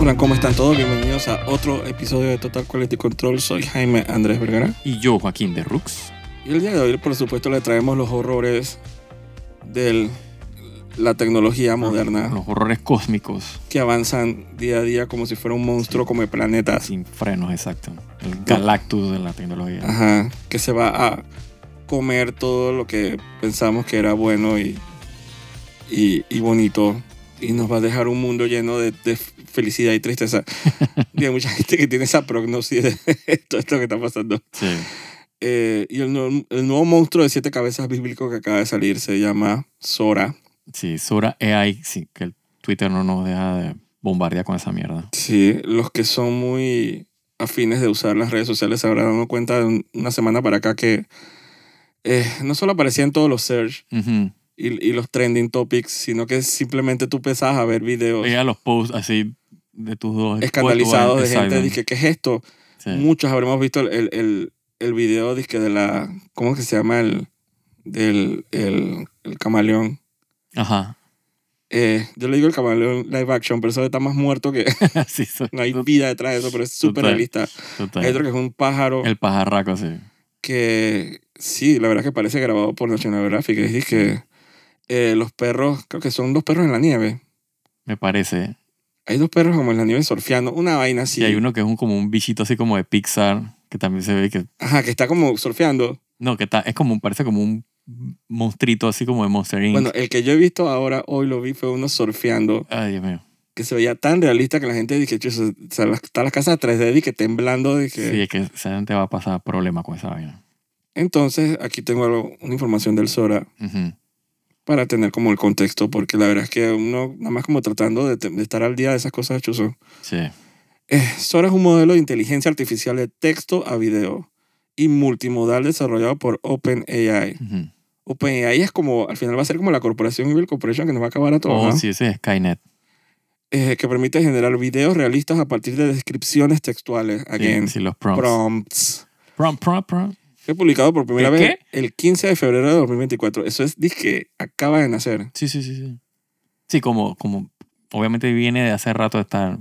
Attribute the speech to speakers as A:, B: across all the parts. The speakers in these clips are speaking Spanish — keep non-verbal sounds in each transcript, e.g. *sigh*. A: Hola, ¿cómo están todos? Bienvenidos a otro episodio de Total Quality Control. Soy Jaime Andrés Vergara.
B: Y yo, Joaquín de Rux.
A: Y el día de hoy, por supuesto, le traemos los horrores de la tecnología moderna
B: Los horrores cósmicos
A: que avanzan día a día como si fuera un monstruo come planetas.
B: sin frenos, exacto. El Galactus de la tecnología.
A: Ajá, que se va a comer todo lo que pensamos que era bueno y, y, y bonito. Y nos va a dejar un mundo lleno de, de felicidad y tristeza. Y hay mucha gente que tiene esa prognosis de *laughs* todo esto que está pasando.
B: Sí.
A: Eh, y el, nuevo- el nuevo monstruo de siete cabezas bíblico que acaba de salir se llama Sora.
B: Sí, Sora AI, sí, que el Twitter no nos deja de bombardear con esa mierda.
A: Sí, los que son muy afines de usar las redes sociales se habrán dado cuenta de un- una semana para acá que eh, no solo aparecían todos los search
B: Ujú.
A: y, y los trending topics, sino que simplemente tú empezabas a ver videos
B: Veía los posts así de tus dos.
A: escandalizados de gente.
B: Exacto.
A: Dije, ¿qué es esto?
B: Sí.
A: Muchos habremos visto el, el, el, el video dizque, de la... ¿Cómo que se llama? El, del el, el camaleón.
B: Ajá. *laughs*
A: Eh, yo le digo el camaleón live action, pero eso está más muerto que *laughs*
B: sí, so-
A: no hay vida detrás de eso, pero es súper
B: Total.
A: realista.
B: total.
A: Hay otro que es un pájaro
B: El pajarraco, sí.
A: que sí, la verdad que parece grabado por National Geographic. Es que eh, los perros, creo que son dos perros en la nieve.
B: Me parece.
A: Hay dos perros como en la nieve surfeando, una vaina así.
B: Y hay uno que es un, como un bichito así como de Pixar, que también se ve que
A: Ajá, que está como surfeando.
B: No, que está, es como, un- parece como un monstruito así como de Monster Inc.
A: Bueno, el que yo he visto ahora, hoy lo vi, fue uno surfeando
B: Ay, Dios mío.
A: que se veía tan realista que la gente dije, "Chus, o sea, las- está las casas 3D y que temblando. de que
B: Sí, es que esa gente va a pasar problema con esa vaina.
A: Entonces, aquí tengo algo- una información del Sora.
B: Ujú.
A: para tener como el contexto, porque la verdad es que uno, nada más como tratando de, te- de estar al día de esas cosas, Chuzo.
B: Sí.
A: Eh, Sora es un modelo de inteligencia artificial de texto a video y multimodal desarrollado por OpenAI.
B: Ujú.
A: OpenAI es como, al final va a ser como la corporación Evil Corporation que nos va a acabar a todos,
B: Oh,
A: ¿no?
B: sí, ese es Skynet.
A: Eh, que permite generar videos realistas a partir de descripciones textuales.
B: Sí,
A: Again,
B: sí, los prompts.
A: prompts.
B: Prompt, prompt, prompt.
A: Fue publicado por primera
B: ¿De
A: vez el 15 de febrero de 2024. Eso es, dije, acaba de nacer.
B: Sí, sí, sí, sí. Sí, como, como obviamente viene de hace rato de estar.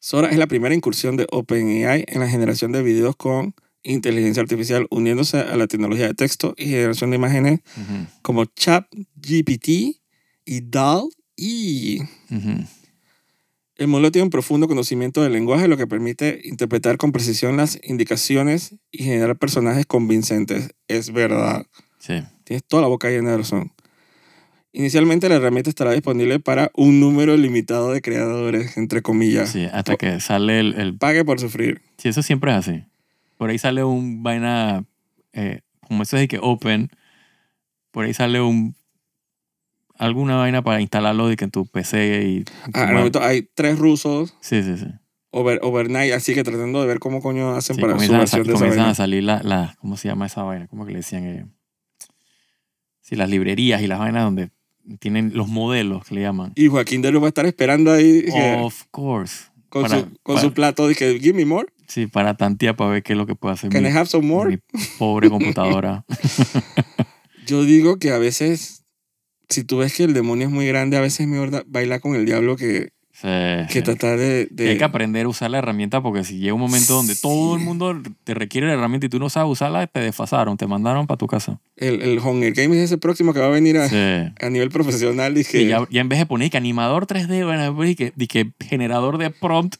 A: Sora es la primera incursión de OpenAI en la generación de videos con inteligencia artificial uniéndose a la tecnología de texto y generación de imágenes
B: Ujú,
A: como ChatGPT y DAL-E.
B: ujú.
A: El modelo tiene un profundo conocimiento del lenguaje, lo que permite interpretar con precisión las indicaciones y generar personajes convincentes. Es verdad.
B: Sí.
A: Tienes toda la boca llena de razón. Inicialmente la herramienta estará disponible para un número limitado de creadores, entre comillas.
B: Sí, hasta que sale el, el-
A: Pague por sufrir.
B: Sí, eso siempre es así. Por ahí sale un vaina. eh, como eso de que open. Por ahí sale un. Alguna vaina para instalarlo de que en tu PC y.
A: Ah, al
B: bueno,
A: momento hay tres rusos
B: sí, sí, sí.
A: over, overnight, así que tratando de ver cómo coño hacen
B: Sí,
A: para su
B: comienzan a, sa-
A: versión de esa
B: comienzan a
A: vaina.
B: salir las. La, ¿Cómo se llama esa vaina? ¿Cómo que le decían? eh? Sí, las librerías y las vainas donde tienen los modelos que le llaman.
A: Y Joaquín de Luz va a estar esperando ahí que-
B: Of course.
A: con,
B: Oh, para-
A: su, con
B: para-
A: su plato. Dije, give me more.
B: Sí, para tantear para ver qué es lo que puede hacer
A: Can I
B: mi,
A: have some more?
B: mi pobre
A: *laughs*
B: computadora.
A: Yo digo que a veces, si tú ves que el demonio es muy grande, a veces es mejor da- bailar con el diablo que,
B: Sí,
A: que
B: sí.
A: tratar de... de-
B: Y hay que aprender a usar la herramienta porque si llega un momento donde todo el
A: Sí.
B: mundo te requiere la herramienta y tú no sabes usarla, te desfasaron, te mandaron para tu casa.
A: el, el Hunger Games es ese próximo que va a venir a,
B: Sí.
A: a nivel profesional. Dije,
B: Y ya, ya en vez de poner que animador 3D, van a poner pues, que, di que generador de prompt.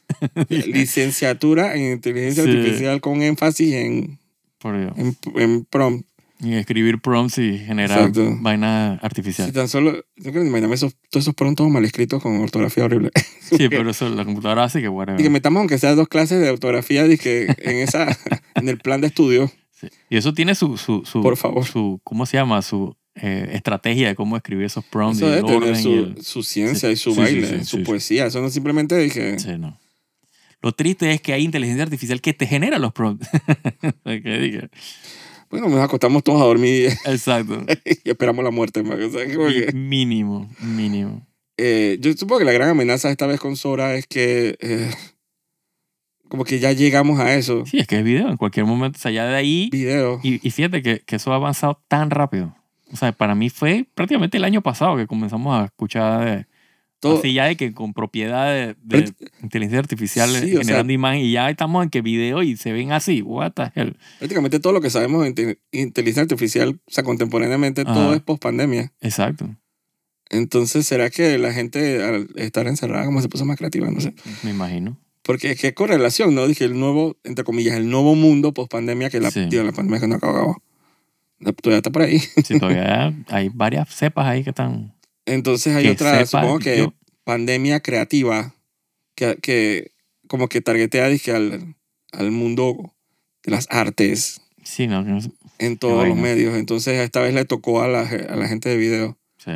A: licenciatura en inteligencia
B: Sí.
A: artificial con énfasis en,
B: Por Dios.
A: en, en prompt.
B: Y escribir prompts y generar
A: Exacto.
B: vaina
A: Si
B: artificial.
A: tan solo. Yo creo que imagíname esos, todos esos prontos mal escritos con ortografía horrible. *laughs*
B: Sí, pero eso la computadora hace que whatever.
A: Y que metamos aunque sea dos clases de ortografía dizque, en,
B: *laughs*
A: esa, en el plan de estudio.
B: Sí. Y eso tiene su, su, su,
A: Por favor.
B: su- ¿cómo se llama? Su eh, estrategia de cómo escribir esos prompts
A: Eso
B: y el
A: debe tener
B: orden y
A: su,
B: el-
A: su ciencia y su
B: Sí, sí,
A: baile,
B: sí, sí,
A: su
B: sí.
A: poesía. Eso no simplemente dije.
B: Sí, no. Lo triste es que hay inteligencia artificial que te genera los prompts. *laughs* Ok, dije,
A: Bueno, nos acostamos todos a dormir
B: Exacto.
A: y *laughs* esperamos la muerte. man. O sea, como
B: Mi-
A: que-
B: mínimo, mínimo.
A: Eh, yo supongo que la gran amenaza esta vez con Sora es que. eh, como que ya llegamos a eso.
B: Sí, es que es video. En cualquier momento, o sea, ya de ahí.
A: Video.
B: Y, y fíjate que, que eso ha avanzado tan rápido. O sea, para mí fue prácticamente el año pasado que comenzamos a escuchar de
A: Todo-
B: Así ya de que con propiedad de, de inteligencia artificial eh,
A: Sí, o sea-
B: generando imagen y ya estamos en que video y se ven así. What the hell?
A: prácticamente todo lo que sabemos de inte- inteligencia artificial, o sea, contemporáneamente
B: Ajá.
A: todo es post pandemia.
B: Exacto.
A: Entonces, ¿será que la gente al estar encerrada como se puso más creativa? No sé.
B: Me imagino.
A: Porque es que es correlación, ¿no? Dije, el nuevo, entre comillas, el nuevo mundo post pandemia que la,
B: Sí.
A: tío, la pandemia que no acababa. La- Todavía está por ahí. *laughs*
B: Si todavía hay varias cepas ahí que están.
A: Entonces hay
B: que
A: otra,
B: sepa,
A: supongo que
B: yo-
A: pandemia creativa, que, que como que targetea dije, al, al mundo de las artes
B: sí, no, no sé.
A: en todos los
B: vaina.
A: medios. Entonces esta vez le tocó a la, a la gente de video.
B: Sí.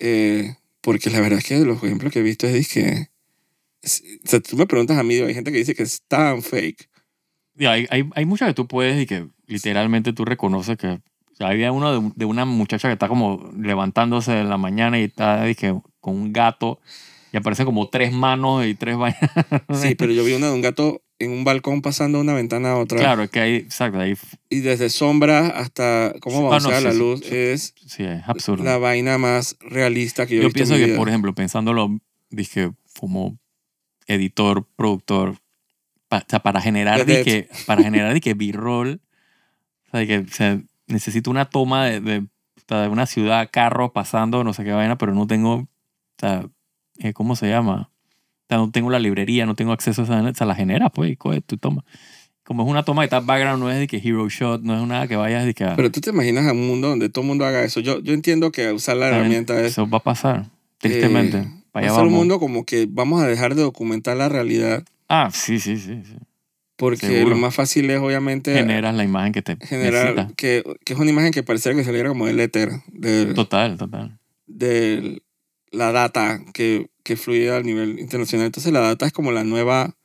A: Eh, porque la verdad es que los ejemplos que he visto es que... O sea, tú me preguntas a mí, hay gente que dice que es tan fake.
B: Y hay, hay, hay muchas que tú puedes y que literalmente tú reconoces que o sea, había uno de, de una muchacha que está como levantándose en la mañana y está dije, con un gato y aparece como tres manos y tres vainas.
A: Sí, pero yo vi una de un gato en un balcón pasando de una ventana a otra.
B: Claro, es que hay, exacto, ahí f-
A: Y desde sombras hasta
B: Sí, ah,
A: cómo
B: no,
A: avanza
B: sí,
A: la
B: sí,
A: luz
B: sí.
A: es
B: sí, es absurdo.
A: la vaina más realista que yo, he
B: Yo
A: visto en
B: pienso
A: mi
B: que,
A: vida.
B: por ejemplo, pensándolo, dije, como editor, productor, pa- o sea, para generar,
A: Desde-
B: dije, para generar, dije, B-roll, o sea, que o sea, necesito una toma de, de, o sea, de una ciudad, carro pasando, no sé qué vaina, pero no tengo, o sea, eh, ¿cómo se llama? O sea, no tengo la librería, no tengo acceso a esa, vaina, o sea, la genera, pues, y coge tu toma. Como es una toma de tal background, no es de que hero shot, no es nada que vayas de que a-
A: Pero tú te imaginas a un mundo donde todo el mundo haga eso. Yo, yo entiendo que usar la
B: saben,
A: herramienta es Eh,
B: Eso va a pasar, tristemente. para allá
A: hacer un
B: vamos.
A: mundo como que vamos a dejar de documentar la realidad
B: Ah, sí, sí, sí. sí.
A: porque
B: Seguro.
A: lo más fácil es obviamente
B: Generas la imagen que te
A: generar
B: necesitas.
A: que, que es una imagen que pareciera que saliera como del éter, de,
B: Total, total.
A: de la data que, que fluye a nivel internacional. Entonces la data es como la nueva,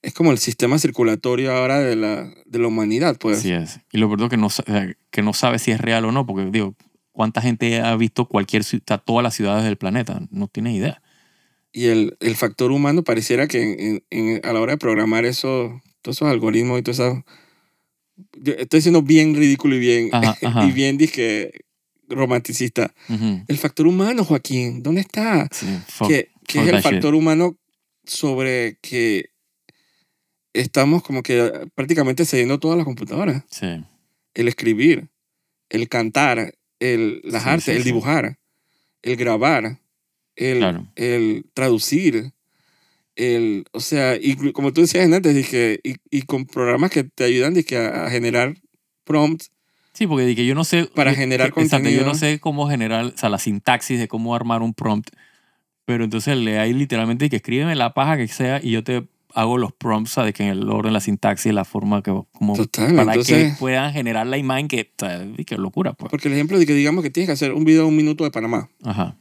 A: es como el sistema circulatorio ahora de la, de la humanidad, pues.
B: Así es. Y lo peor es que no, sa- o sea, que no sabes si es real o no, porque digo, ¿cuánta gente ha visto cualquier ciudad, todas las ciudades del planeta? No tienes
A: *laughs*
B: idea.
A: Y el, el factor humano pareciera que en- en- en- a la hora de programar eso, todos esos algoritmos y todo eso... Yo estoy siendo bien ridículo y bien,
B: Ajá, ajá.
A: y bien dije, romanticista.
B: Ujú.
A: El factor humano, Joaquín, ¿dónde está?
B: Sí, fuck.
A: Que, que es
B: fuck
A: el
B: that shit.
A: factor humano sobre que estamos como que prácticamente cediendo todas las computadoras.
B: Sí,
A: El escribir, el cantar, el, las
B: Sí,
A: artes,
B: sí,
A: el
B: sí.
A: dibujar, el grabar, el,
B: claro.
A: el traducir, el, o sea, inclu- como tú decías antes, dije, y, y con programas que te ayudan dije, a, a generar prompts,
B: Sí, porque dije, yo no sé...
A: Para
B: yo-
A: generar
B: exacto,
A: contenido.
B: yo no sé cómo generar, o sea, la sintaxis de cómo armar un prompt, pero entonces le hay literalmente que escríbeme la paja que sea y yo te hago los prompts, ¿sabes? Que en el orden, la sintaxis, la forma que... Como,
A: Total,
B: para
A: entonces-
B: que puedan generar la imagen que... o sea, y que locura, pues.
A: porque el ejemplo de que digamos que tienes que hacer un video de un minuto de Panamá.
B: Ajá.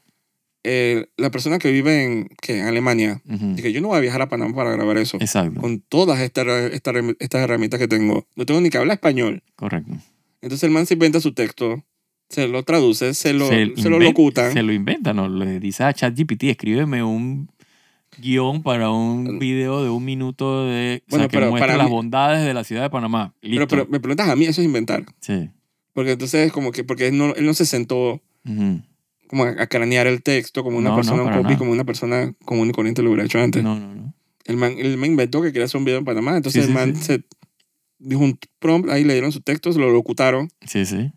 A: Eh, la persona que vive en, que en Alemania,
B: ujú.
A: dije, yo no voy a viajar a Panamá para grabar eso.
B: Exacto,
A: Con todas estas, estas, estas herramientas que tengo, no tengo ni que hablar español.
B: correcto.
A: Entonces el man se inventa su texto, se lo traduce, se lo, se lo
B: inven-
A: locutan.
B: Se lo inventan, ¿no? Le dices a ChatGPT, escríbeme un guión para un video de un minuto de... o sea,
A: Bueno,
B: que
A: pero
B: muestre
A: para
B: las
A: mí-
B: bondades de la ciudad de Panamá.
A: pero,
B: Listo.
A: pero me preguntas a mí, eso es inventar.
B: sí.
A: Porque entonces es como que, porque él no, él no se sentó
B: ujú.
A: como a, a cranear el texto como una
B: No, no,
A: persona, un
B: para
A: copy,
B: nada.
A: como una persona común y corriente lo hubiera hecho antes.
B: No, no, no.
A: El, man, el man inventó que quería hacer un video en Panamá, entonces
B: Sí,
A: el
B: sí,
A: man
B: sí.
A: se dijo un prompt, ahí le dieron su texto, se lo locutaron
B: Sí, sí.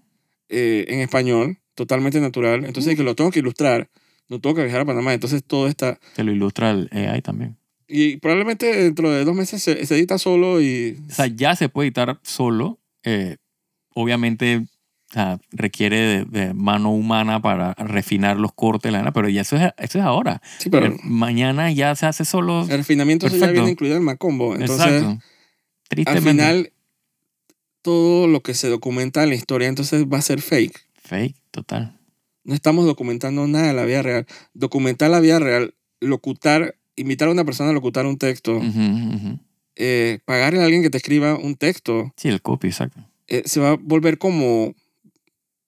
A: eh, en español, totalmente natural. Entonces que lo tengo que ilustrar, no tengo que viajar a Panamá, entonces todo está...
B: Te lo ilustra el AI también.
A: Y probablemente dentro de dos meses se, se edita solo y...
B: O sea, ya se puede editar solo. eh, obviamente o sea, requiere de, de mano humana para refinar los cortes, la vaina, pero ya eso es, eso es ahora.
A: Sí, pero
B: Eh, mañana ya se hace solo.
A: el refinamiento eso ya
B: Perfecto.
A: viene incluido en Macombo. Entonces,
B: Exacto.
A: al
B: Tristemente.
A: final, todo lo que se documenta en la historia entonces va a ser fake.
B: Fake, total.
A: No estamos documentando nada de la vida real. Documentar la vida real, locutar, invitar a una persona a locutar un texto,
B: Ujú, ujú.
A: eh, pagarle a alguien que te escriba un texto,
B: Sí, el copy, exacto.
A: eh, se va a volver como,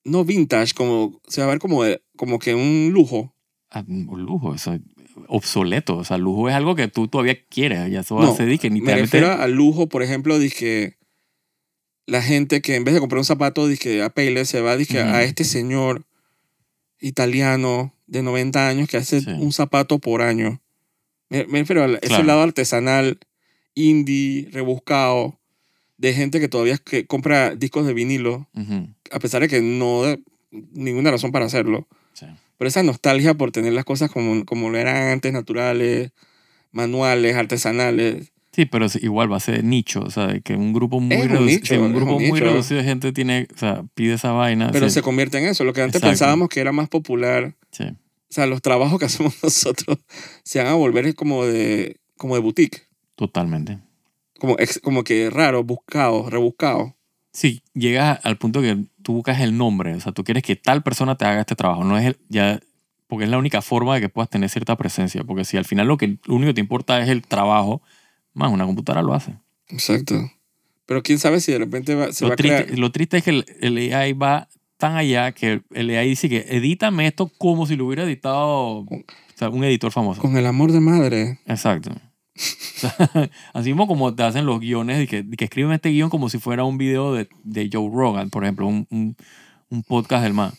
A: no vintage, como, se va a ver como, de- como que un lujo.
B: Ah, un lujo, eso es obsoleto. O sea, lujo es algo que tú todavía quieres. Ya eso
A: No,
B: hace di que ni
A: Me refiero al lujo, por ejemplo, dije, la gente que en vez de comprar un zapato, dije, a Pele, se va, dije,
B: Ujú.
A: a este señor este italiano de 90 años que hace
B: Sí.
A: un zapato por año. Me, me refiero al- ese
B: Claro.
A: lado artesanal, indie, rebuscado, de gente que todavía que compra discos de vinilo,
B: Ujú,
A: a pesar de que no da ninguna razón para hacerlo.
B: sí.
A: Pero esa nostalgia por tener las cosas como, como lo eran antes, naturales, manuales, artesanales.
B: Sí, pero es- igual va a ser nicho, o sea, de que un grupo muy
A: Es un
B: reducido,
A: nicho,
B: sí, un
A: es
B: grupo
A: un
B: muy
A: nicho.
B: reducido de gente tiene, o sea, pide esa vaina.
A: Pero
B: sí,
A: se convierte en eso. Lo que antes
B: Exacto.
A: pensábamos que era más popular.
B: sí.
A: O sea, los trabajos que *laughs* hacemos nosotros se van a volver como de, como de boutique.
B: Totalmente.
A: Como, ex- como que raro, buscado, rebuscado.
B: Sí, llegas al punto que tú buscas el nombre, o sea, tú quieres que tal persona te haga este trabajo, no es el, ya, porque es la única forma de que puedas tener cierta presencia, porque si al final lo que lo único que te importa es el trabajo, más una computadora lo hace.
A: Exacto. Pero quién sabe si de repente va- se va
B: Lo
A: a crear.
B: triste, lo triste es que el, el AI va tan allá que el AI dice que edítame esto como si lo hubiera editado o sea, un editor famoso.
A: Con el amor de madre.
B: Exacto. *laughs* O sea, Así mismo como te hacen los guiones y que, de que escriben este guión como si fuera un video de, de Joe Rogan, por ejemplo, un, un- un podcast del man.
A: A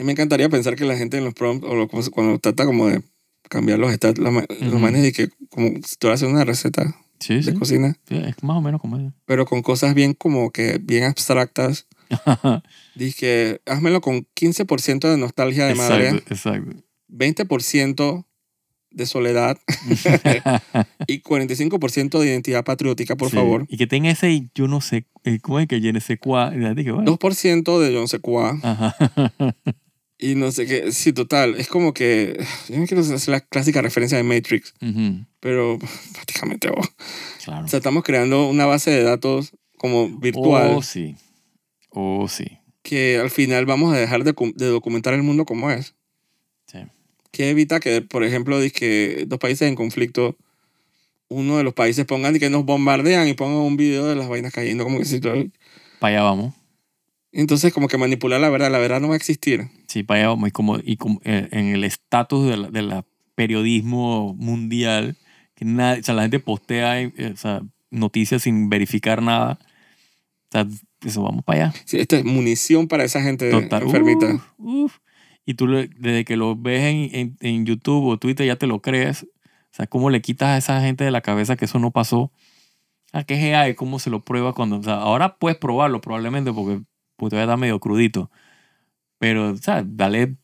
A: mí me encantaría pensar que la gente en los prompts, o lo- como se- cuando trata como de cambiar los stats, los, ma- los
B: Ujú.
A: manes, y que como si tú haces una receta
B: Sí, sí.
A: de cocina,
B: Sí, es más o menos como eso.
A: pero con cosas bien como que bien abstractas. Dije, házmelo con 15% de nostalgia *laughs* de madre.
B: exacto, exacto.
A: 20% de
B: *laughs*
A: soledad y 45% de identidad patriótica, *laughs* por
B: Sí,
A: favor.
B: Y que tenga ese, y yo no sé, eh, ¿cómo es que yo no sé cuál? Y la dije, bueno.
A: 2% de John Sequoia
B: Ajá. *laughs*
A: y no sé qué. Sí, total. Es como que. Yo no quiero hacer la clásica referencia de Matrix,
B: Ujú,
A: pero prácticamente. oh.
B: Claro.
A: O sea, estamos creando una base de datos como virtual
B: Oh, sí. Oh, sí.
A: que al final vamos a dejar de, cum- de documentar el mundo como es.
B: Sí.
A: Que evita que, por ejemplo, que dos países en conflicto, uno de los países pongan y que nos bombardean y pongan un video de las vainas cayendo, como que si todo-
B: Para allá vamos.
A: Entonces, como que manipular la verdad, la verdad no va a existir.
B: Sí, para allá vamos. Y como, y como, eh, en el estatus del de la periodismo mundial, que nada, o sea, la gente postea eh, o sea, noticias sin verificar nada. O sea, eso vamos para allá.
A: Sí, esta es munición para esa gente
B: Total.
A: eh,
B: Uh,
A: enfermita.
B: Uf, uf. Y tú le- desde que lo ves en, en- en YouTube o Twitter ya te lo crees. O sea, ¿cómo le quitas a esa gente de la cabeza que eso no pasó? ¿A qué es AI? ¿Cómo se lo prueba cuando...? O sea, ahora puedes probarlo probablemente porque pues, todavía está medio crudito. Pero, o sea, dale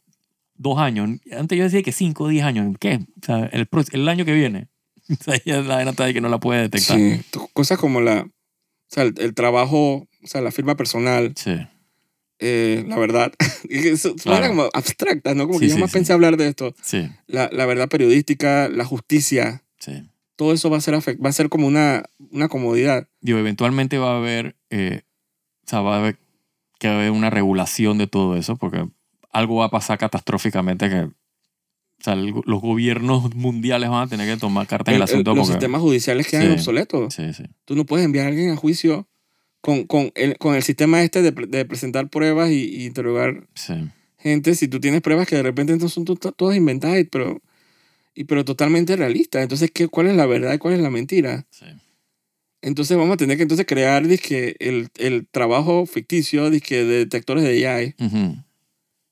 B: dos años. Antes yo decía que cinco o diez años. ¿Qué? O sea, el, pro- el año que viene. *laughs* O sea, ya la vaina está de que no la puede detectar. Sí.
A: Sí, to- cosas como la, o sea, el, el trabajo, o sea, la firma personal, eh, la verdad. *laughs* Y que Son son
B: Claro.
A: como abstractas, ¿no? Como
B: Sí,
A: que yo
B: sí,
A: más
B: sí.
A: pensé hablar de esto.
B: Sí,
A: La, la verdad periodística, la justicia,
B: sí.
A: todo eso va a ser, afect- va a ser como una, una comodidad.
B: Digo, eventualmente va a haber, eh, o sea, va a haber que haber una regulación de todo eso, porque algo va a pasar catastróficamente que o sea, el go- los gobiernos mundiales van a tener que tomar carta en el
A: El- el-
B: asunto.
A: Eh, los
B: porque-
A: sistemas judiciales quedan
B: Sí.
A: obsoletos.
B: Sí, sí.
A: Tú no puedes enviar a alguien a juicio con, con, el, con el sistema este de, pre- de presentar pruebas y- y interrogar
B: sí.
A: gente, si tú tienes pruebas que de repente no son to- to- todas inventadas, y- pero, y, pero totalmente realistas. Entonces, ¿qué, ¿cuál es la verdad y cuál es la mentira?
B: sí.
A: Entonces vamos a tener que entonces crear dizque, el, el trabajo ficticio dizque, de detectores de AI,
B: Ujú.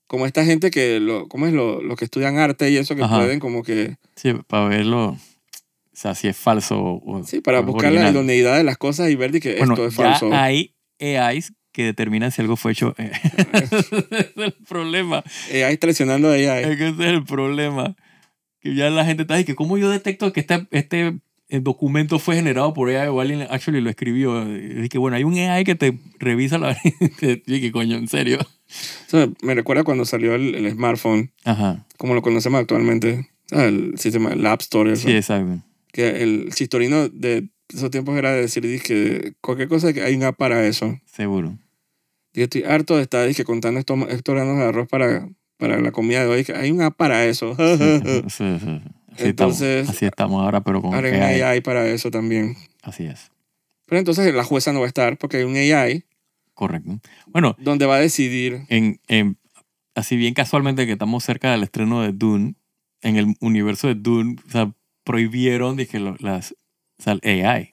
A: como esta gente que, lo, ¿cómo es? Lo, los que estudian arte y eso que
B: Ajá.
A: pueden como que,
B: Sí, para verlo, o sea, si es falso o
A: sí, para
B: o es
A: buscar la
B: original.
A: idoneidad de las cosas y ver que
B: Bueno,
A: esto es
B: ya
A: falso.
B: hay AIs que determinan si algo fue hecho. eh. *laughs* Ese es el problema.
A: AI traicionando a AI.
B: Es que ese es el problema. Que ya la gente está ahí, que cómo yo detecto que este, este eh, documento fue generado por AI o alguien actually lo escribió. Y que bueno, hay un AI que te revisa la... *laughs* y que coño, en serio.
A: Eso me recuerda cuando salió el, el smartphone,
B: Ajá,
A: como lo conocemos actualmente, Ah, el sistema, el App Store. eso.
B: sí, exacto.
A: que el chistorino de esos tiempos era decir que cualquier cosa que hay una para eso.
B: Seguro.
A: Yo estoy harto de estar dizque, contando estos, estos granos de arroz para, para la comida de hoy. que hay una para eso. *laughs*
B: Sí, sí, sí, sí. Así,
A: Entonces,
B: estamos, así estamos ahora, pero con
A: Ahora hay un
B: AI.
A: AI para eso también.
B: Así es,
A: Pero entonces la jueza no va a estar porque hay un AI
B: correcto. Bueno,
A: donde va a decidir.
B: en, en- así bien casualmente que estamos cerca del estreno de Dune, en el universo de Dune, o sea, prohibieron, dije, lo- las, o sea, el AI,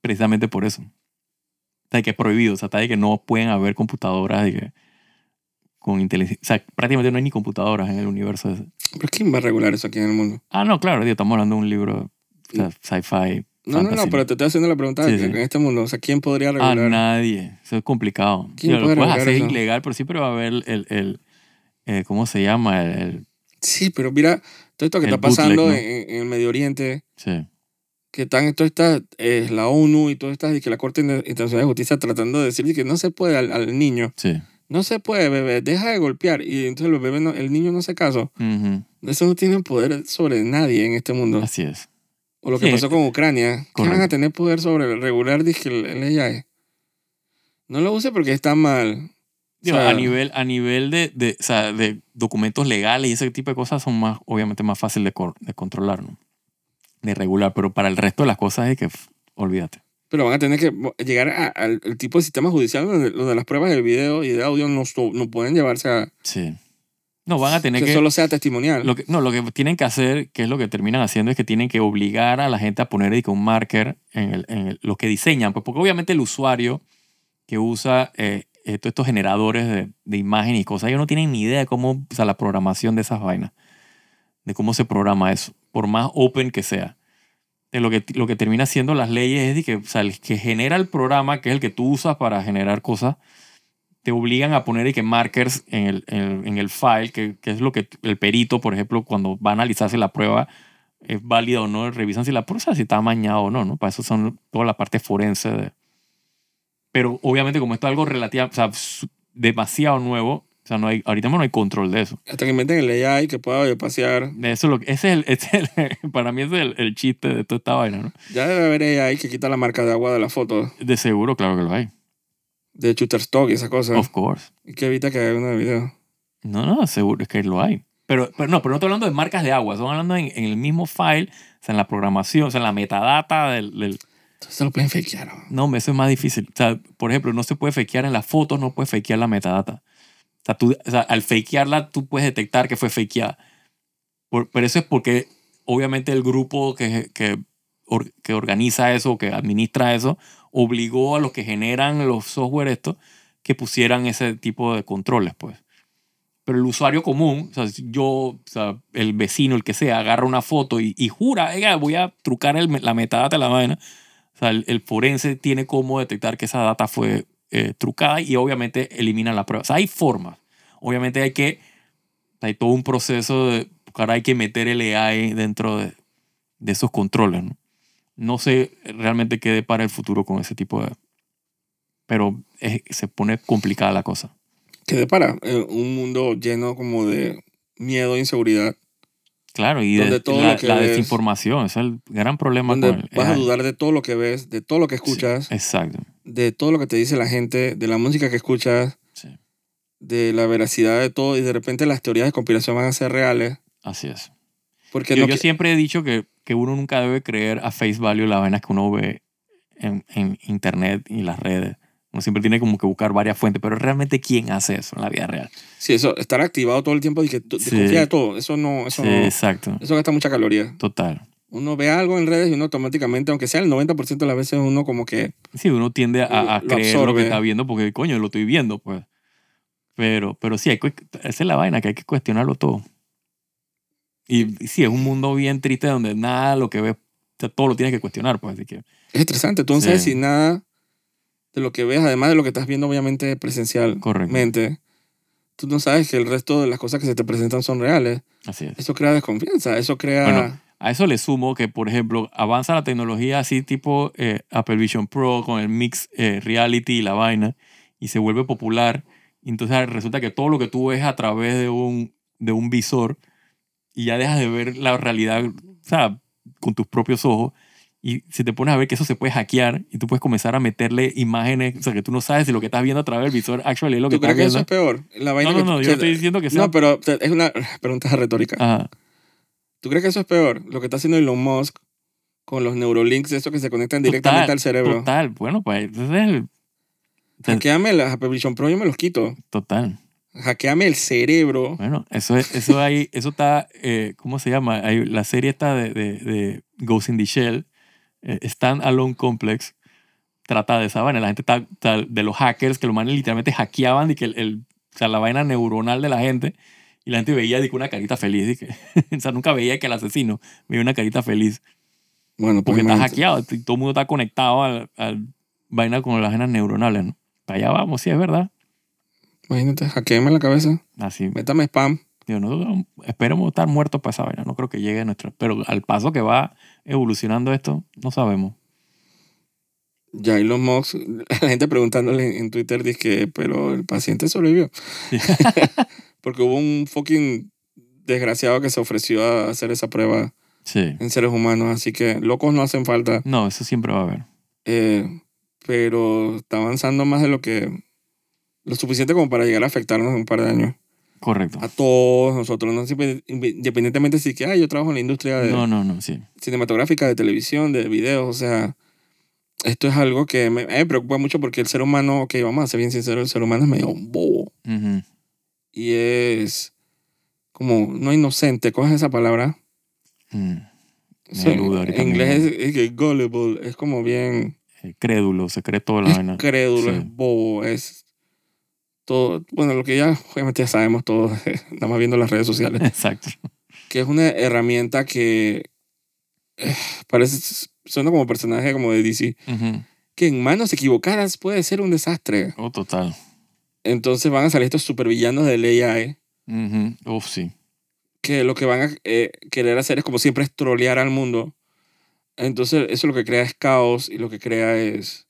B: precisamente por eso. O sea, que es prohibido, o sea, está de que no pueden haber computadoras, dije, con inteligencia. O sea, prácticamente no hay ni computadoras en el universo. ese.
A: Pero ¿quién va a regular eso aquí en el mundo?
B: Ah, no, claro, tío, estamos hablando de un libro o sea, sci-fi.
A: No, no,
B: fantasy.
A: no, pero te estoy haciendo la pregunta de
B: Sí,
A: que
B: sí. Ah,
A: en este mundo, o sea, ¿quién podría
B: A
A: regular?
B: nadie. Eso es complicado.
A: ¿Quién
B: Tío, lo
A: puede
B: puedes
A: regular
B: hacer
A: eso?
B: ilegal, pero siempre va a haber el. el, eh, ¿Cómo se llama? El, el-
A: Sí, pero mira, todo esto que
B: El
A: está pasando
B: bootleg, ¿no?
A: en, en el Medio Oriente,
B: sí.
A: que están todas estas, eh, la ONU y todas estas, y que la Corte Internacional de Justicia tratando de decir que no se puede al, al niño,
B: Sí.
A: no se puede, bebé, deja de golpear. Y entonces los bebés no- el niño no se casó.
B: Ujú.
A: Eso no tiene poder sobre nadie en este mundo.
B: Así es.
A: O lo que
B: Sí.
A: pasó con Ucrania. que van a
B: Correcto.
A: tener poder sobre regular dizque, el, el AI? No lo use porque está mal.
B: Digo,
A: O sea,
B: a nivel, a nivel de, de, o sea, de documentos legales y ese tipo de cosas son más, obviamente, más fácil de, cor- de controlar, ¿no? De regular. Pero para el resto de las cosas es que, pff, olvídate.
A: Pero van a tener que mo- llegar a- al al tipo de sistema judicial donde, donde las pruebas de video y de audio no, so- no pueden llevarse a...
B: Sí. No, van a tener
A: Que,
B: que...
A: solo sea testimonial.
B: Lo que, no, lo que tienen que hacer, que es lo que terminan haciendo, es que tienen que obligar a la gente a poner dizque, un marker en, el, en el- lo que diseñan. Pues porque obviamente el usuario que usa eh, eh, todos estos generadores de, de imagen y cosas, ellos no tienen ni idea de cómo, o sea, la programación de esas vainas, de cómo se programa eso, por más open que sea. Eh, lo, que, lo que termina haciendo las leyes es de que, o sea, el que genera el programa, que es el que tú usas para generar cosas, te obligan a poner y que markers en el, en el, en el file, que, que es lo que el perito, por ejemplo, cuando va a analizarse la prueba es válida o no, revisan si la prueba, o sea, si está amañada o no, ¿no? Para eso son toda la parte forense. de- Pero obviamente como esto es algo relativamente, o sea, su- demasiado nuevo, o sea, no hay, ahorita mismo no hay control de eso.
A: Hasta que inventen el AI que pueda pasear.
B: De eso es lo que- ese es el, ese es el- *laughs* para mí ese es el, el chiste de toda esta vaina, ¿no?
A: Ya debe haber AI que quita la marca de agua de la foto
B: De seguro, claro que lo hay.
A: de Shutterstock y esas cosas.
B: Of course.
A: Y que evita que haya uno de video.
B: No, no, seguro es que lo hay. Pero, pero no, pero no estoy hablando de marcas de agua, estamos hablando en, en el mismo file, o sea, en la programación, o sea, en la metadata del... del-
A: Entonces lo pueden fakear. ¿no?
B: No, hombre, eso es más difícil. O sea, por ejemplo, no se puede fakear en las fotos, no puedes fakear la metadata. O sea, tú, o sea, al fakearla, tú puedes detectar que fue fakeada. Por- pero eso es porque, obviamente, el grupo que, que, or- que organiza eso, que administra eso, obligó a los que generan los software estos que pusieran ese tipo de controles, pues. Pero el usuario común, o sea, si yo, o sea, el vecino, el que sea, agarra una foto y, y jura, "Oiga, voy a trucar el me- la metadata de la vaina. O sea, el, el forense tiene cómo detectar que esa data fue eh, trucada y obviamente elimina la prueba. O sea, hay formas. Obviamente hay que, hay todo un proceso de, ahora hay que meter el AI dentro de, de esos controles, ¿no? No sé realmente qué depara el futuro con ese tipo de... Pero es- se pone complicada la cosa.
A: Que depara eh, un mundo lleno como de miedo e inseguridad.
B: Claro, y de-
A: Donde todo
B: la,
A: lo que
B: la
A: ves-
B: desinformación, ese es el gran problema
A: Donde
B: con el
A: vas a
B: AI.
A: dudar de todo lo que ves, de todo lo que
B: Sí,
A: escuchas,
B: exacto.
A: de todo lo que te dice la gente, de la música que escuchas,
B: Sí,
A: de la veracidad de todo. Y de repente las teorías de conspiración van a ser reales.
B: así es.
A: Porque
B: yo,
A: no
B: yo
A: que-
B: siempre he dicho que, que uno nunca debe creer a face value las vainas que uno ve en, en internet y las redes. Uno siempre tiene como que buscar varias fuentes, pero realmente ¿quién hace eso en la vida real?
A: Sí, eso, estar activado todo el tiempo y que tú
B: Sí.
A: desconfía de todo. Eso no, eso
B: Sí,
A: no.
B: exacto.
A: Eso gasta mucha caloría.
B: Total.
A: Uno ve algo en redes y uno automáticamente, aunque sea el 90% de las veces, uno como que.
B: Sí, uno tiende a, a
A: Lo
B: creer lo
A: absorbe.
B: que está viendo porque, coño, lo estoy viendo, pues. Pero, pero sí, hay, que- esa es la vaina, que hay que cuestionarlo todo. Y, y sí, es un mundo bien triste donde nada lo que ves, o sea, todo lo tienes que cuestionar, pues. Así que,
A: Es estresante. Tú no sabes
B: Sí.
A: si nada de lo que ves, además de lo que estás viendo, obviamente presencialmente.
B: correcto.
A: Tú no sabes que el resto de las cosas que se te presentan son reales.
B: Así es.
A: Eso crea desconfianza. Eso crea.
B: Bueno, A eso le sumo que, por ejemplo, avanza la tecnología así tipo eh, Apple Vision Pro con el mix eh, reality y la vaina y se vuelve popular. Y Entonces ah, resulta que todo lo que tú ves a través de un, de un visor y ya dejas de ver la realidad, o sea, con tus propios ojos. Y si te pones a ver que eso se puede hackear y tú puedes comenzar a meterle imágenes, o sea, que tú no sabes si lo que estás viendo a través del visor actually es lo que
A: ¿Tú
B: estás
A: crees que eso
B: viendo.
A: es peor? La vaina
B: No, no,
A: que-
B: no,
A: que-
B: yo no estoy diciendo que sea... Ah.
A: No, pero te- es una *laughs* pregunta retórica.
B: Ajá,
A: ¿Tú crees que eso es peor? Lo que está haciendo Elon Musk con los neurolinks, eso que se conectan directamente
B: Total,
A: al cerebro.
B: total, bueno, pues ese es el...
A: Hackeame la Apple Vision Pro, yo me los quito.
B: Total.
A: Hackeame el cerebro.
B: Bueno, eso es, eso ahí, eso está, eh, ¿cómo se llama? Hay, la serie está de, de, de Ghost in the Shell, eh, Stand Alone Complex, trata de esa vaina. La gente está, está de los hackers que los manes literalmente hackeaban y que el, el o sea, la vaina neuronal de la gente. Y la gente veía digo, una carita feliz. dije. o sea, nunca veía que *laughs* el asesino veía una carita feliz.
A: Bueno, pues
B: Porque está
A: imagínate.
B: hackeado. t- Todo el mundo está conectado al, al vaina con las venas neuronales, ¿no? Para allá vamos, sí, es verdad.
A: Imagínate, hackeame la cabeza.
B: Así,
A: Métame spam.
B: digo, nosotros esperemos estar muertos para esa vaina. No creo que llegue a nuestra... Pero al paso que va evolucionando esto, no sabemos.
A: Ya Elon Musk, *laughs* la gente preguntándole en Twitter, dice que, pero el paciente sobrevivió. *laughs* Porque hubo un fucking desgraciado que se ofreció a hacer esa prueba
B: Sí.
A: en seres humanos, así que locos no hacen falta.
B: No, eso siempre va a haber.
A: Eh, pero está avanzando más de lo que. Lo suficiente como para llegar a afectarnos en un par de años.
B: Correcto.
A: A todos nosotros, no siempre- independientemente si que, ah, yo trabajo en la industria de,
B: No, no, no, sí.
A: cinematográfica, de televisión, de videos, o sea, esto es algo que me, me preocupa mucho porque el ser humano, ok, vamos a ser bien sinceros, el ser humano es medio un bobo
B: Ujú.
A: y es como no inocente, coges esa palabra. O
B: Mm. Me
A: sea,
B: ayuda
A: en
B: ahorita
A: inglés
B: mismo.
A: es, es que gullible, es como bien
B: Eh, crédulo, se cree toda
A: *laughs*
B: la vaina.
A: crédulo,
B: Sí.
A: es bobo, es todo, bueno, lo que ya obviamente ya sabemos todos, *laughs* nada más viendo las redes
B: *laughs*
A: sociales.
B: Exacto.
A: que es una herramienta que eh, parece, suena como personaje como de DC,
B: Ujú.
A: que en manos equivocadas puede ser un desastre.
B: Oh, total.
A: Entonces van a salir estos supervillanos del AI
B: Ujú. Uf, sí.
A: que lo que van a eh, querer hacer es como siempre es trolear al mundo. Entonces eso lo que crea es caos y lo que crea es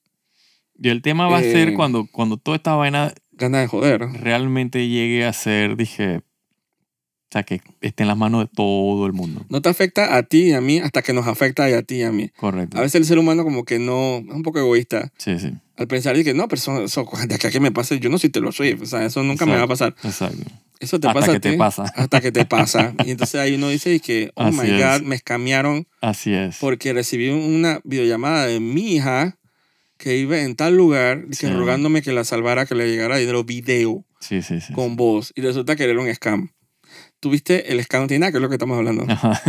B: Y el tema va a ser
A: Eh.
B: cuando, cuando toda esta vaina
A: ganas de joder.
B: realmente llegue a ser, dije, o sea, que esté en las manos de todo el mundo.
A: No te afecta a ti y a mí hasta que nos afecta a ti y a mí.
B: Correcto.
A: A veces el ser humano como que no, es un poco egoísta
B: Sí, sí.
A: al pensar y que no, pero eso, *laughs* eso, de acá que me pase, yo no soy Taylor Swift, o sea, eso nunca me va a pasar.
B: Exacto.
A: Eso te
B: Hasta
A: pasa
B: que
A: a
B: te
A: ti,
B: pasa.
A: hasta
B: *laughs*
A: que te pasa. Y entonces ahí uno dice y que, oh
B: Así
A: my
B: es.
A: God, me escamearon
B: Así es.
A: porque recibí una videollamada de mi hija que iba en tal lugar que
B: Sí.
A: rogándome que la salvara, que le llegara dinero video
B: Sí, sí, sí.
A: con voz y resulta que era un scam. Tuviste el scam, no tiene nada que ver lo que estamos
B: *laughs*
A: hablando, *laughs*
B: Ajá.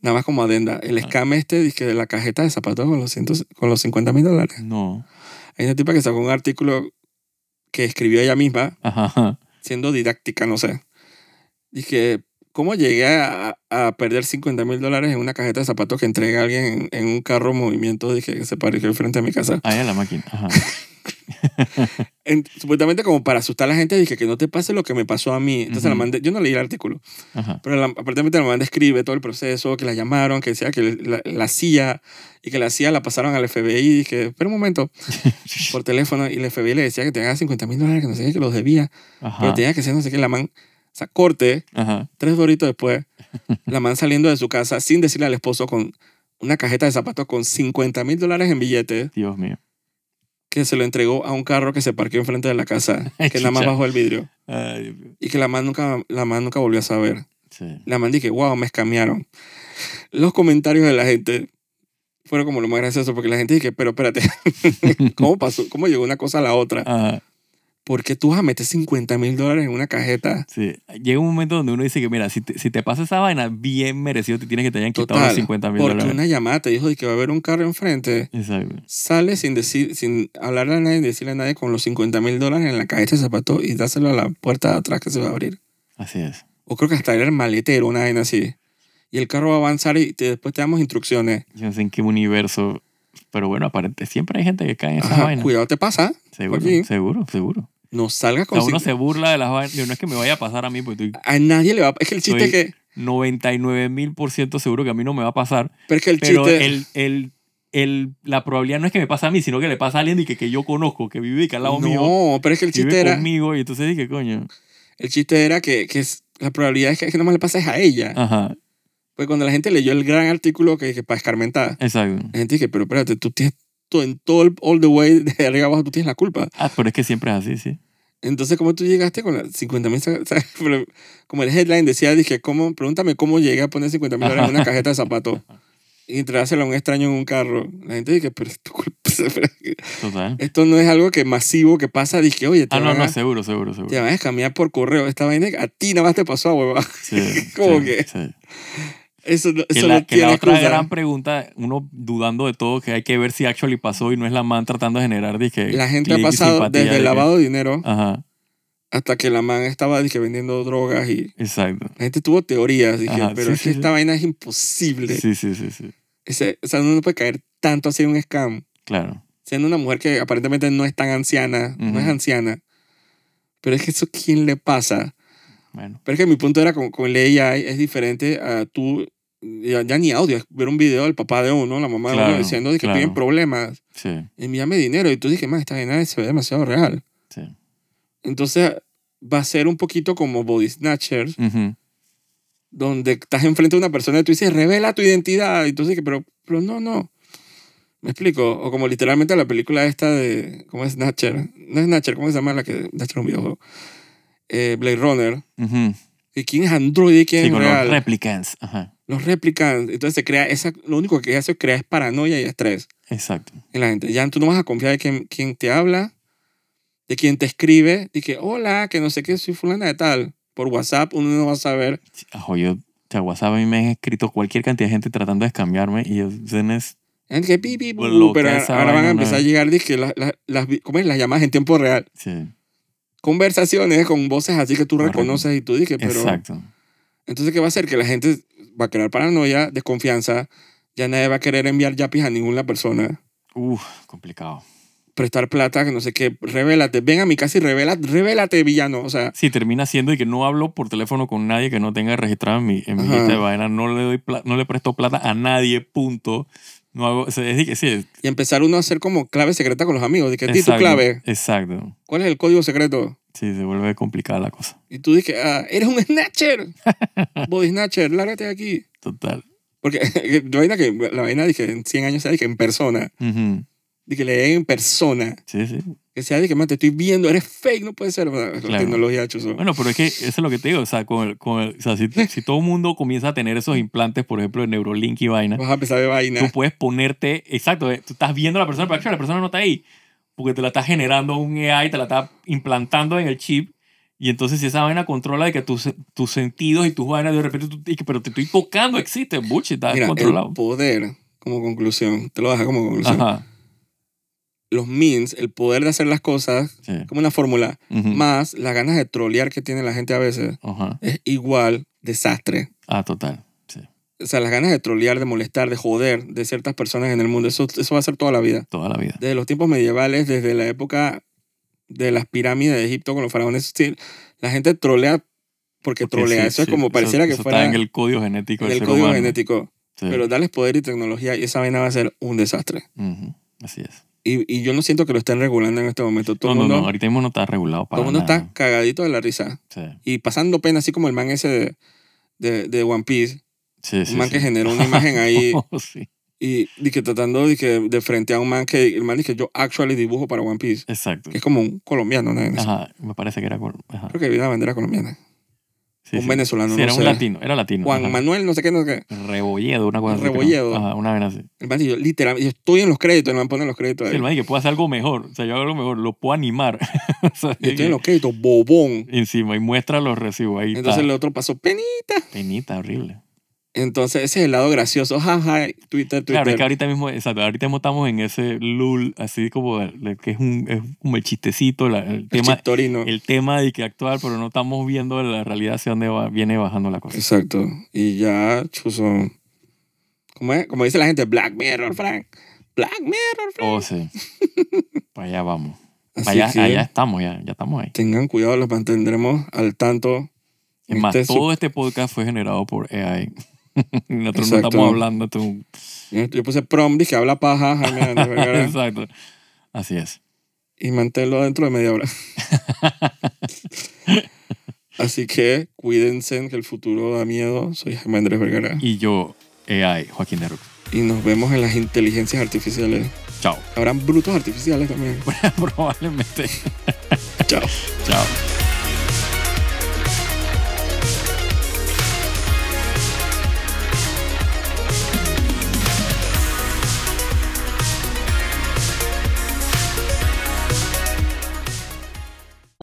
A: nada más como adenda. El
B: Ah.
A: scam este dizque de la cajeta de zapatos con los, cientos- con los 50 mil dólares.
B: No.
A: Hay una tipa que sacó un artículo que escribió ella misma,
B: Ajá.
A: siendo didáctica, no sé. Dije, ¿cómo llegué a, a perder 50 mil dólares en una cajeta de zapatos que entrega alguien en, en un carro en movimiento? Dije, que se pareció frente a mi casa.
B: Ahí a la máquina. Ajá.
A: En- supuestamente como para asustar a la gente, dije que no te pase lo que me pasó a mí. Entonces la
B: Ujú.
A: mandé, yo no leí el artículo,
B: Ajá.
A: pero la, aparentemente la mandé escribe todo el proceso, que la llamaron, que decía que la, la CIA y que la CIA la pasaron al FBI. Y dije, espera un momento, por teléfono. Y el FBI le decía que tenía 50 mil dólares, que no sé qué, que los debía, pero
B: Ajá.
A: tenía que ser no sé qué. La man, o sea, corte,
B: Ajá.
A: tres doritos
B: *laughs*
A: después, la man saliendo de su casa sin decirle al esposo con una cajeta de zapatos con 50 mil dólares en billetes
B: Dios mío.
A: que se lo entregó a un carro que se parqueó enfrente de la casa,
B: Ay,
A: que nada más
B: chucha.
A: bajó el vidrio.
B: Ay, Dios mío.
A: Y que la man nunca, la man nunca volvió a saber.
B: Sí.
A: La man dije, wow, me escamearon. Los comentarios de la gente fueron como lo más gracioso, porque la gente dije, pero espérate, *laughs* ¿cómo pasó? ¿Cómo llegó una cosa a la otra?
B: Ajá.
A: ¿Por qué tú vas a meter 50 mil dólares en una cajeta?
B: Sí, llega un momento donde uno dice que, mira, si te, si te pasa esa vaina, bien merecido te tiene que te hayan quitado los
A: Total,
B: 50 mil
A: porque
B: dólares.
A: una llamada te dijo de que va a haber un carro enfrente.
B: Exacto.
A: sale sin decir, sin hablarle a nadie, decirle a nadie con los 50 mil dólares en la cajeta de zapato y dáselo a la puerta de atrás que se va a abrir.
B: Así es.
A: O creo que hasta era el maletero, una vaina así. Y el carro va a avanzar y te- después te damos instrucciones.
B: Yo no sé en qué universo. Pero bueno, aparente, siempre hay gente que cae en esa
A: Ajá,
B: vaina.
A: cuidado, te pasa.
B: Seguro,
A: Joaquín.
B: seguro, seguro.
A: No salgas
B: O sea,
A: con.
B: uno
A: cin-
B: se burla de las vainas. Yo, No es que me vaya a pasar a mí, porque estoy
A: A nadie le va a. Es que el chiste
B: Soy-
A: es que.
B: 99 mil por ciento seguro que a mí no me va a pasar.
A: Pero es que el
B: Pero
A: chiste.
B: el, el, el, la probabilidad no es que me pase a mí, sino que le pasa a alguien y que, que yo conozco, que vive y que al lado mío.
A: no, pero es que el
B: Vive
A: chiste era.
B: conmigo. Y entonces dije, coño.
A: El chiste era que, que es- la probabilidad es que, que nomás le pases a ella.
B: Ajá,
A: Pues cuando la gente leyó el gran artículo que, que para escarmentar,
B: exacto.
A: la gente dije, pero espérate, tú tienes. todo- En todo el. All the way de arriba abajo, tú tienes la culpa.
B: Ah, pero es que siempre es así, sí.
A: Entonces, ¿cómo tú llegaste con las 50 mil? *laughs* Como el headline decía, dije, ¿cómo? pregúntame cómo llegué a poner 50 mil dólares en una cajeta de zapatos y entregárselo a un extraño en un carro. La gente dije, pero es tu culpa. *laughs*
B: Total.
A: esto no es algo que masivo que pasa. Dije, oye, te,
B: Ah, no,
A: van,
B: no,
A: a,
B: seguro, seguro, seguro.
A: te van a escamear por correo. Esta vaina a ti nada más te pasó, huevón.
B: Sí,
A: ¿Cómo
B: sí,
A: que?
B: sí.
A: *laughs* Eso, no-
B: Que
A: eso
B: la,
A: no
B: que la
A: tiene
B: otra
A: excusa.
B: gran pregunta, uno dudando de todo, que hay que ver si actually pasó y no es la man tratando de generar, dije.
A: La gente ha
B: click eh, y
A: pasado
B: simpatía,
A: desde el
B: dije.
A: lavado de dinero
B: Ajá,
A: hasta que la man estaba dizque, vendiendo drogas y
B: Exacto.
A: la gente tuvo teorías. Dije,
B: Ajá,
A: pero
B: sí,
A: es que
B: sí,
A: esta
B: sí.
A: vaina es imposible.
B: Sí, sí, sí, sí.
A: Ese- o sea, uno no puede caer tanto así en un scam.
B: Claro.
A: Siendo una mujer que aparentemente no es tan anciana, no es
B: Ujú.
A: anciana. Pero es que eso, ¿quién le pasa?
B: Bueno.
A: Pero es que mi punto era con, con el AI es diferente a tú, ya, ya ni audio, es ver un video del papá de uno, la mamá de
B: Claro,
A: uno, diciendo de que
B: claro.
A: tienen problemas,
B: Sí,
A: envíame dinero. Y tú dije, man, esta vaina se ve demasiado real.
B: sí.
A: Entonces va a ser un poquito como Body Snatchers,
B: Ujú.
A: donde estás enfrente de una persona y tú dices, revela tu identidad. Y tú dices, pero, pero no, no. ¿Me explico? O como literalmente la película esta de, ¿cómo es Snatcher? No es Snatcher, ¿cómo se llama la que Snatcher es un videojuego? Eh, Blade Runner.
B: Ujú.
A: ¿Y quién es androide y quién
B: Sí,
A: es
B: con
A: real?
B: los replicants. Ajá.
A: los replican. Entonces se crea esa, lo único que eso crea es paranoia y estrés
B: Exacto.
A: en la gente. Ya tú no vas a confiar en quien, quien te habla, de quien te escribe, de que hola, que no sé qué, soy fulana de tal. Por WhatsApp uno no va a saber.
B: Ajo, yo, o sea, WhatsApp a mí me han escrito cualquier cantidad de gente tratando de escambiarme y yo, se nes-
A: En que pi, pi, bu,
B: Bloquea
A: bu, pero
B: esa
A: ahora van
B: vaina,
A: a empezar
B: ¿no?
A: a llegar de que las, las, las vi- ¿cómo es? las llamadas en tiempo real.
B: sí,
A: Conversaciones con voces así que tú
B: Correcto.
A: reconoces y tú dices, pero...
B: exacto.
A: Entonces, ¿qué va a hacer? Que la gente va a crear paranoia, desconfianza, ya nadie va a querer enviar yapis a ninguna persona.
B: Uf, complicado.
A: prestar plata, que no sé qué, revélate, ven a mi casa y revélate, revélate, villano. O sea,
B: Sí, termina siendo de que no hablo por teléfono con nadie que no tenga registrado en mi, en mi
A: Ajá.
B: lista de vaina. No le, doy pla- no le presto plata a nadie, punto. No hago, o sea, es de que sí.
A: y empezar uno a hacer como clave secreta con los amigos. De que di tu
B: exacto,
A: clave,
B: Exacto.
A: ¿cuál es el código secreto?
B: Sí, se vuelve complicada la cosa.
A: Y tú dices, ah, eres un
B: *laughs*
A: snatcher, body snatcher, lárgate de aquí.
B: Total.
A: Porque *laughs* la vaina, que, la vaina dije, en 100 años sea de que en persona,
B: Ujú.
A: de que le den en persona,
B: Sí, sí.
A: que sea de que, man, te estoy viendo, eres fake, no puede ser. O sea, La
B: Claro.
A: tecnología, chuzo.
B: Bueno, pero es que eso es lo que te digo. O sea, con el- con el- o sea, si, si todo el mundo comienza a tener esos implantes, por ejemplo, de Neurolink y vaina,
A: Vas a empezar de
B: eh. tú
A: vaina.
B: puedes ponerte. Exacto, eh, tú estás viendo a la persona, pero actually la persona no está ahí. Porque te la está generando un AI, te la está implantando en el chip. Y entonces, si esa vaina controla de que tus, tus sentidos y tus vainas de repente, tú- y que, pero te estoy tocando, existe, bullshit, está
A: Mira, el
B: controlado.
A: poder, como conclusión, te lo vas a dejar como conclusión.
B: Ajá.
A: Los means, el poder de hacer las cosas,
B: Sí.
A: como una fórmula,
B: Ujú.
A: más las ganas de trolear que tiene la gente a veces
B: Ajá.
A: es igual desastre.
B: Ah, total. Sí.
A: O sea, las ganas de trolear, de molestar, de joder de ciertas personas en el mundo, eso, eso va a ser toda la vida.
B: Toda la vida.
A: Desde los tiempos medievales, desde la época de las pirámides de Egipto con los faraones, sí, la gente trolea porque,
B: Porque
A: trolea.
B: sí,
A: eso es
B: sí,
A: como pareciera que
B: eso
A: fuera
B: Está en
A: en el,
B: el código genético del ser
A: código
B: humano.
A: genético.
B: Sí.
A: Pero darles poder y tecnología y esa vaina va a ser un desastre.
B: Ujú. Así es.
A: Y, y yo no siento que lo estén regulando en este momento. Todo el
B: no,
A: mundo,
B: no, no, ahorita mismo no está regulado
A: todo
B: para
A: el mundo
B: nada.
A: está cagadito de la risa.
B: Sí,
A: y pasando pena, así como el man ese de, de, de One Piece,
B: sí, sí.
A: un man
B: sí.
A: que generó una imagen
B: *laughs*
A: ahí
B: Oh, sí.
A: y, y que tratando de, que, de frente a un man que el man dice que yo actually dibujo para One Piece,
B: Exacto.
A: que es como un colombiano, ¿no?
B: Ajá, me parece que era col- ajá.
A: Creo que había una bandera colombiana,
B: Sí,
A: un
B: sí.
A: venezolano,
B: Sí,
A: no
B: era
A: sé.
B: un latino, era latino.
A: Juan
B: ajá.
A: Manuel, no sé qué, no sé qué.
B: Rebolledo, una cosa así. creo.
A: Rebolledo.
B: Ajá, una vez así.
A: El man dice, yo literalmente, yo estoy en los créditos, el man pone los créditos
B: Sí,
A: ahí.
B: el man dice que puedo hacer algo mejor. O sea, yo hago algo mejor, lo puedo animar. *laughs* O sea,
A: yo estoy en
B: que-
A: los créditos, bobón.
B: Encima, y muestra los recibos. Ahí
A: Entonces el
B: está.
A: otro pasó, penny.
B: Penita, horrible.
A: Entonces ese es el lado gracioso, jaja, Twitter, Twitter.
B: Claro, es que ahorita mismo, exacto, ahorita mismo estamos en ese lul, así como de- de que es, un, es como el chistecito, la- el
A: el
B: tema
A: chistorino.
B: el tema de que actuar, pero no estamos viendo la realidad hacia dónde va- viene bajando la cosa.
A: Exacto. Y ya, chuzo. ¿Cómo es? Como dice la gente, Black Mirror, Frank. Black Mirror, Frank. *laughs*
B: Oh, sí. Para allá vamos. Para
A: Así
B: allá,
A: que
B: allá estamos, ya, ya estamos ahí.
A: tengan cuidado, los mantendremos al tanto.
B: Es más,
A: Este es su-
B: todo este podcast fue generado por AI. *laughs* Nosotros no
A: Exacto.
B: estamos hablando de un-
A: Yo, este- yo puse prom, dije, habla paja, Jaime Andrés Vergara,
B: *laughs* Exacto. Así es.
A: y manténlo dentro de media hora. Así que cuídense, que el futuro da miedo. Soy Jaime Andrés Vergara.
B: Y yo, AI, Joaquín de Ruc.
A: Y nos vemos en las inteligencias artificiales.
B: Chao. *laughs*
A: Habrán brutos artificiales también.
B: Probablemente.
A: Chao.
B: Chao.